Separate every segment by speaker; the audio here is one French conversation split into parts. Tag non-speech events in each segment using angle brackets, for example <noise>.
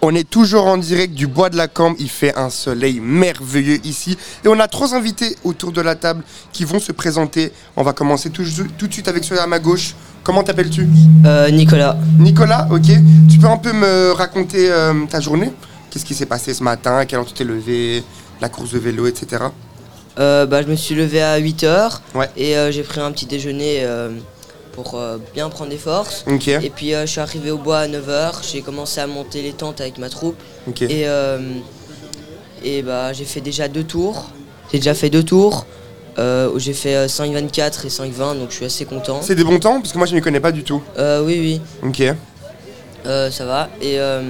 Speaker 1: On est toujours en direct du bois de la Cambre. Il fait un soleil merveilleux ici. Et on a trois invités autour de la table qui vont se présenter. On va commencer tout, tout de suite avec celui à ma gauche. Comment t'appelles-tu
Speaker 2: Euh, Nicolas,
Speaker 1: Nicolas, ok. Tu peux un peu me raconter euh, ta journée Qu'est-ce qui s'est passé ce matin À quelle heure tu t'es levé La course de vélo, etc.
Speaker 2: euh, bah, je me suis levé à 8h
Speaker 1: Ouais.
Speaker 2: et euh, j'ai pris un petit déjeuner euh, pour euh, bien prendre des forces.
Speaker 1: Ok,
Speaker 2: Et puis euh, je suis arrivé au bois à 9h, j'ai commencé à monter les tentes avec ma troupe
Speaker 1: ok.
Speaker 2: et, euh, et bah, j'ai fait déjà deux tours. J'ai déjà fait deux tours euh, où j'ai fait euh, 5,24 et 5,20 donc je suis assez content.
Speaker 1: C'est des bons temps Parce que moi je m'y connais pas du tout.
Speaker 2: Euh, oui, oui,
Speaker 1: Ok.
Speaker 2: euh, ça va. Et, euh,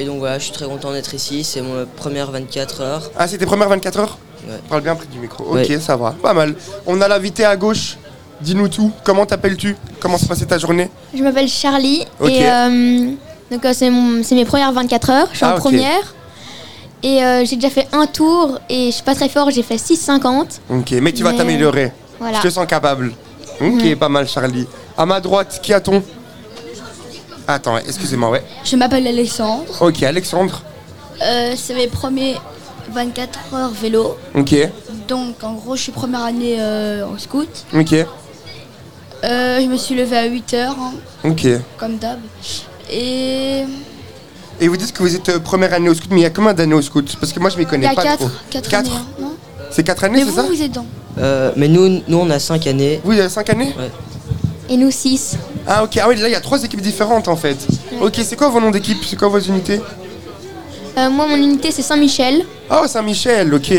Speaker 2: et donc voilà, je suis très content d'être ici, c'est mon euh, première 24 heures.
Speaker 1: Ah, c'est tes premières 24 heures
Speaker 2: Ouais.
Speaker 1: Parle bien près du micro. Ok,
Speaker 2: Ouais.
Speaker 1: ça va. Pas mal. On a l'invité à gauche. Dis-nous tout. Comment t'appelles-tu Comment s'est passée ta journée
Speaker 3: Je m'appelle Charlie
Speaker 1: Ok.
Speaker 3: et euh, donc euh, c'est mon- c'est mes premières 24 heures. Je suis
Speaker 1: Ah,
Speaker 3: en
Speaker 1: ok.
Speaker 3: première et euh, j'ai déjà fait un tour et je suis pas très fort. J'ai fait 6,50.
Speaker 1: Ok, mais tu vas
Speaker 3: Mais-
Speaker 1: t'améliorer.
Speaker 3: Voilà.
Speaker 1: Je te sens capable. Ok,
Speaker 4: Mhm.
Speaker 1: pas mal, Charlie. À ma droite, qui a-t-on Attends, excusez-moi, ouais.
Speaker 4: Je m'appelle Alexandre.
Speaker 1: Ok, Alexandre.
Speaker 4: Euh, c'est mes premiers 24 heures vélo.
Speaker 1: Ok,
Speaker 4: Donc en gros, je suis première année euh, en scout.
Speaker 1: ok,
Speaker 4: Euh, je me suis levée à 8 heures, hein,
Speaker 1: ok.
Speaker 4: comme d'hab. Et
Speaker 1: Et vous dites que vous êtes euh, première année au scout, mais il y a combien d'années au scout Parce que moi, je m'y
Speaker 4: il
Speaker 1: connais
Speaker 4: y a
Speaker 1: pas
Speaker 4: 4,
Speaker 1: trop. Quatre
Speaker 4: années. hein, non
Speaker 1: C'est 4 années,
Speaker 4: Mais
Speaker 1: c'est ça
Speaker 4: vous, vous êtes dans
Speaker 2: Euh, mais nous, nous on a 5 années.
Speaker 1: Vous, il y a 5 années
Speaker 3: Et nous 6.
Speaker 1: Ah, ok. Ah oui, là, il y a trois équipes différentes, en fait. Ok, c'est quoi vos noms d'équipe C'est quoi vos unités
Speaker 3: Euh, moi, mon unité, c'est Saint-Michel.
Speaker 1: Oh, Saint-Michel, ok.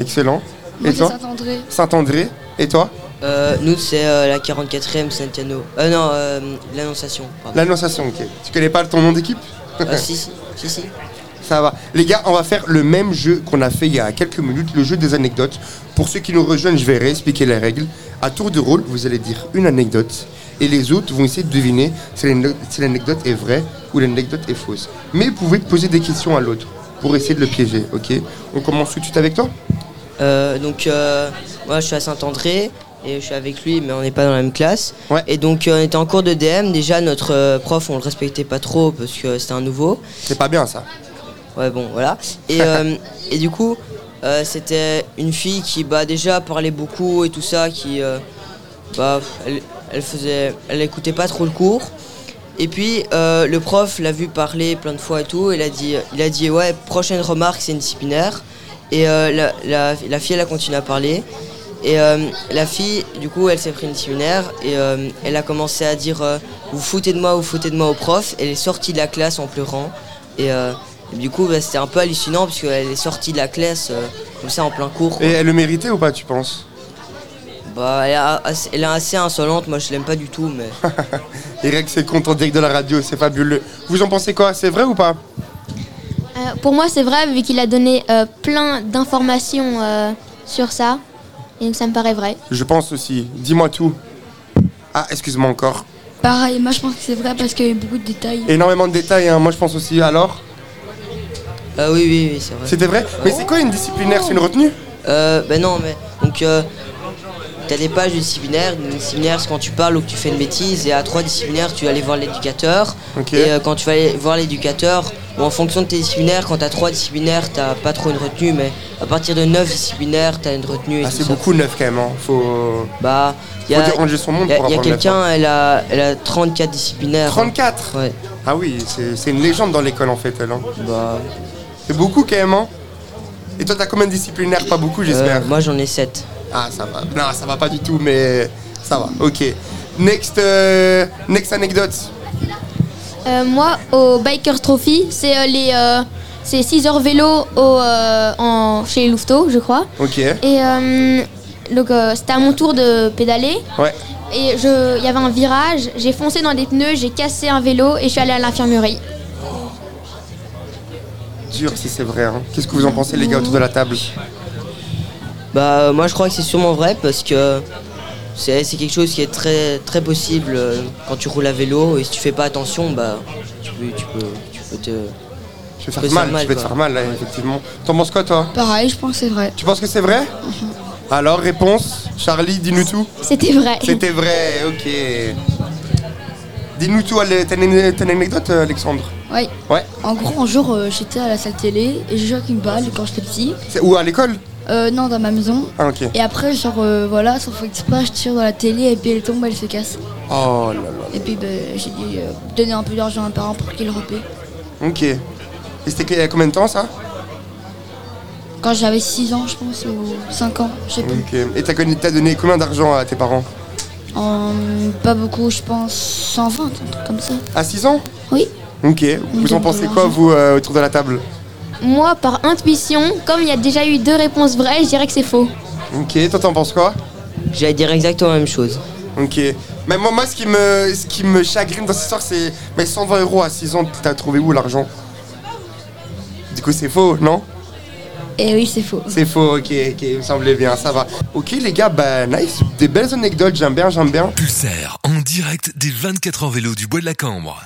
Speaker 1: Excellent.
Speaker 4: Moi,
Speaker 1: et
Speaker 4: c'est
Speaker 1: toi
Speaker 4: Saint-André.
Speaker 1: Saint-André. Et toi
Speaker 2: Euh, nous, c'est euh, la 44e Santiano. Euh, non, euh, l'Annonciation. pardon.
Speaker 1: L'annonciation, ok. Tu connais pas ton nom d'équipe
Speaker 2: Euh, si, si, si, si.
Speaker 1: Ça va. Les gars, on va faire le même jeu qu'on a fait il y a quelques minutes, le jeu des anecdotes. Pour ceux qui nous rejoignent, je vais réexpliquer les règles. À tour de rôle, vous allez dire une anecdote et les autres vont essayer de deviner si l'ane- si l'anecdote est vraie ou l'anecdote est fausse. Mais vous pouvez poser des questions à l'autre pour essayer de le piéger, ok On commence tout de suite avec toi
Speaker 2: Euh, donc, euh, moi, je suis à Saint-André et je suis avec lui, mais on n'est pas dans la même classe.
Speaker 1: Ouais.
Speaker 2: Et donc, euh, on était en cours de DM. Déjà, notre euh, prof, on le respectait pas trop parce que c'était un nouveau.
Speaker 1: C'est pas bien ça.
Speaker 2: Ouais, bon, voilà. Et, euh, et du coup, euh, c'était une fille qui, bah, déjà parlait beaucoup et tout ça, qui, euh, bah, elle, elle faisait, elle écoutait pas trop le cours. Et puis, euh, le prof l'a vu parler plein de fois et tout, et il a dit, il a dit, ouais, prochaine remarque, c'est une disciplinaire. Et euh, la, la, la fille, elle a continué à parler. Et euh, la fille, du coup, elle s'est pris une disciplinaire et euh, elle a commencé à dire euh, Vous foutez de moi, vous foutez de moi au prof. Elle est sortie de la classe en pleurant. Et euh, du coup, bah, c'était un peu hallucinant parce qu'elle est sortie de la classe euh, comme ça en plein cours. quoi.
Speaker 1: Et elle le méritait ou pas, tu penses
Speaker 2: Bah, elle, a- elle est assez insolente, moi je l'aime pas du tout, mais
Speaker 1: Eric, c'est content direct de la radio, c'est fabuleux. Vous en pensez quoi C'est vrai ou pas
Speaker 3: Euh, pour moi, c'est vrai vu qu'il a donné euh, plein d'informations euh, sur ça. Et donc, ça me paraît vrai.
Speaker 1: Je pense aussi. Dis-moi tout. Ah, excuse-moi encore.
Speaker 4: Pareil, moi je pense que c'est vrai parce qu'il y a eu beaucoup de détails.
Speaker 1: Énormément de détails, hein. moi je pense aussi. Alors
Speaker 2: Euh, oui, oui, oui, c'est vrai.
Speaker 1: C'était vrai Mais c'est quoi une disciplinaire C'est une retenue
Speaker 2: Euh, ben non, mais donc euh, t'as des pages de disciplinaire. Une disciplinaire, c'est quand tu parles ou que tu fais une bêtise. Et à trois disciplinaires, tu vas aller voir l'éducateur.
Speaker 1: Ok.
Speaker 2: Et euh, quand tu vas aller voir l'éducateur, ou en fonction de tes disciplinaires, quand t'as trois disciplinaires, t'as pas trop une retenue. Mais à partir de neuf disciplinaires, t'as une retenue. Et
Speaker 1: Ah,
Speaker 2: tout
Speaker 1: c'est
Speaker 2: ça.
Speaker 1: beaucoup neuf quand même. hein. Faut...
Speaker 2: Bah, il y
Speaker 1: Faut
Speaker 2: a,
Speaker 1: déranger son monde
Speaker 2: y a-
Speaker 1: pour
Speaker 2: y a
Speaker 1: apprendre
Speaker 2: quelqu'un, elle a, elle a 34 disciplinaires.
Speaker 1: 34
Speaker 2: Ouais,
Speaker 1: Ah oui, c'est c'est une légende dans l'école en fait, elle. hein.
Speaker 2: bah.
Speaker 1: C'est beaucoup quand même. hein. Et toi, t'as combien de disciplinaires Pas beaucoup,
Speaker 2: euh,
Speaker 1: j'espère.
Speaker 2: moi j'en ai 7.
Speaker 1: Ah, ça va. Non, ça va pas du tout, mais ça va. Ok. Next, euh, Next anecdote.
Speaker 3: Euh, moi, au Biker Trophy, c'est euh, les. euh, c'est 6 heures vélo au, euh, en, chez Louveteau, je crois.
Speaker 1: Ok.
Speaker 3: Et euh, donc, euh, c'était à mon tour de pédaler.
Speaker 1: Ouais.
Speaker 3: Et je- il y avait un virage, j'ai foncé dans des pneus, j'ai cassé un vélo et je suis allée à l'infirmerie.
Speaker 1: Dur si c'est vrai. hein. Qu'est-ce que vous en pensez, les gars, autour de la table
Speaker 2: Bah, euh, moi je crois que c'est sûrement vrai parce que c'est c'est quelque chose qui est très très possible euh, quand tu roules à vélo et si tu fais pas attention, bah tu peux tu peux tu peux te
Speaker 1: Je vais faire
Speaker 2: peux te
Speaker 1: mal,
Speaker 2: faire mal,
Speaker 1: je vais te
Speaker 2: quoi.
Speaker 1: faire mal, là, effectivement. T'en penses quoi, toi
Speaker 4: Pareil, je pense que c'est vrai.
Speaker 1: Tu penses que c'est <laughs> vrai Alors, réponse, Charlie, dis-nous tout.
Speaker 3: C'était vrai.
Speaker 1: C'était vrai, ok. Dis-nous tout, allez, t'as une, t'as une anecdote, euh, Alexandre
Speaker 4: Ouais.
Speaker 1: Ouais.
Speaker 4: En gros, un jour, euh, j'étais à la salle télé et j'ai joué avec une balle quand j'étais petit.
Speaker 1: C'est- Ou à l'école
Speaker 4: Euh, non, dans ma maison.
Speaker 1: Ah, ok.
Speaker 4: Et après, genre, euh, voilà, sans faire exprès, je tire dans la télé et puis elle tombe, elle se casse.
Speaker 1: Oh là là.
Speaker 4: Et puis, ben, j'ai dû euh, donner un peu d'argent à mes parents pour qu'ils le repaient.
Speaker 1: Ok. Et c'était il y a combien de temps ça
Speaker 4: Quand j'avais 6 ans, je pense, ou 5 ans, je sais plus.
Speaker 1: Ok. Et t'as connu- t'as donné combien d'argent à tes parents
Speaker 4: En, pas beaucoup, je pense, 120, un truc comme ça.
Speaker 1: À 6 ans
Speaker 4: Oui.
Speaker 1: Ok. Vous en
Speaker 4: donne
Speaker 1: pensez
Speaker 4: de
Speaker 1: quoi,
Speaker 4: l'argent.
Speaker 1: vous, euh, autour de la table
Speaker 3: Moi, par intuition, comme il y a déjà eu deux réponses vraies, je dirais que c'est faux.
Speaker 1: Ok. Toi, t'en penses quoi
Speaker 2: J'allais dire exactement la même chose.
Speaker 1: Ok. Mais moi, moi, ce qui me, ce qui me chagrine dans cette histoire, c'est. Mais 120 euros à 6 ans, t'as trouvé où l'argent Du coup, c'est faux, non
Speaker 4: Et oui, c'est faux.
Speaker 1: C'est faux, ok, ok, il me semblait bien, ça va. Ok, les gars, bah, nice. Des belles anecdotes, j'aime bien, j'aime bien.
Speaker 5: Pulsaire, en direct des 24 heures vélo du Bois de la Cambre.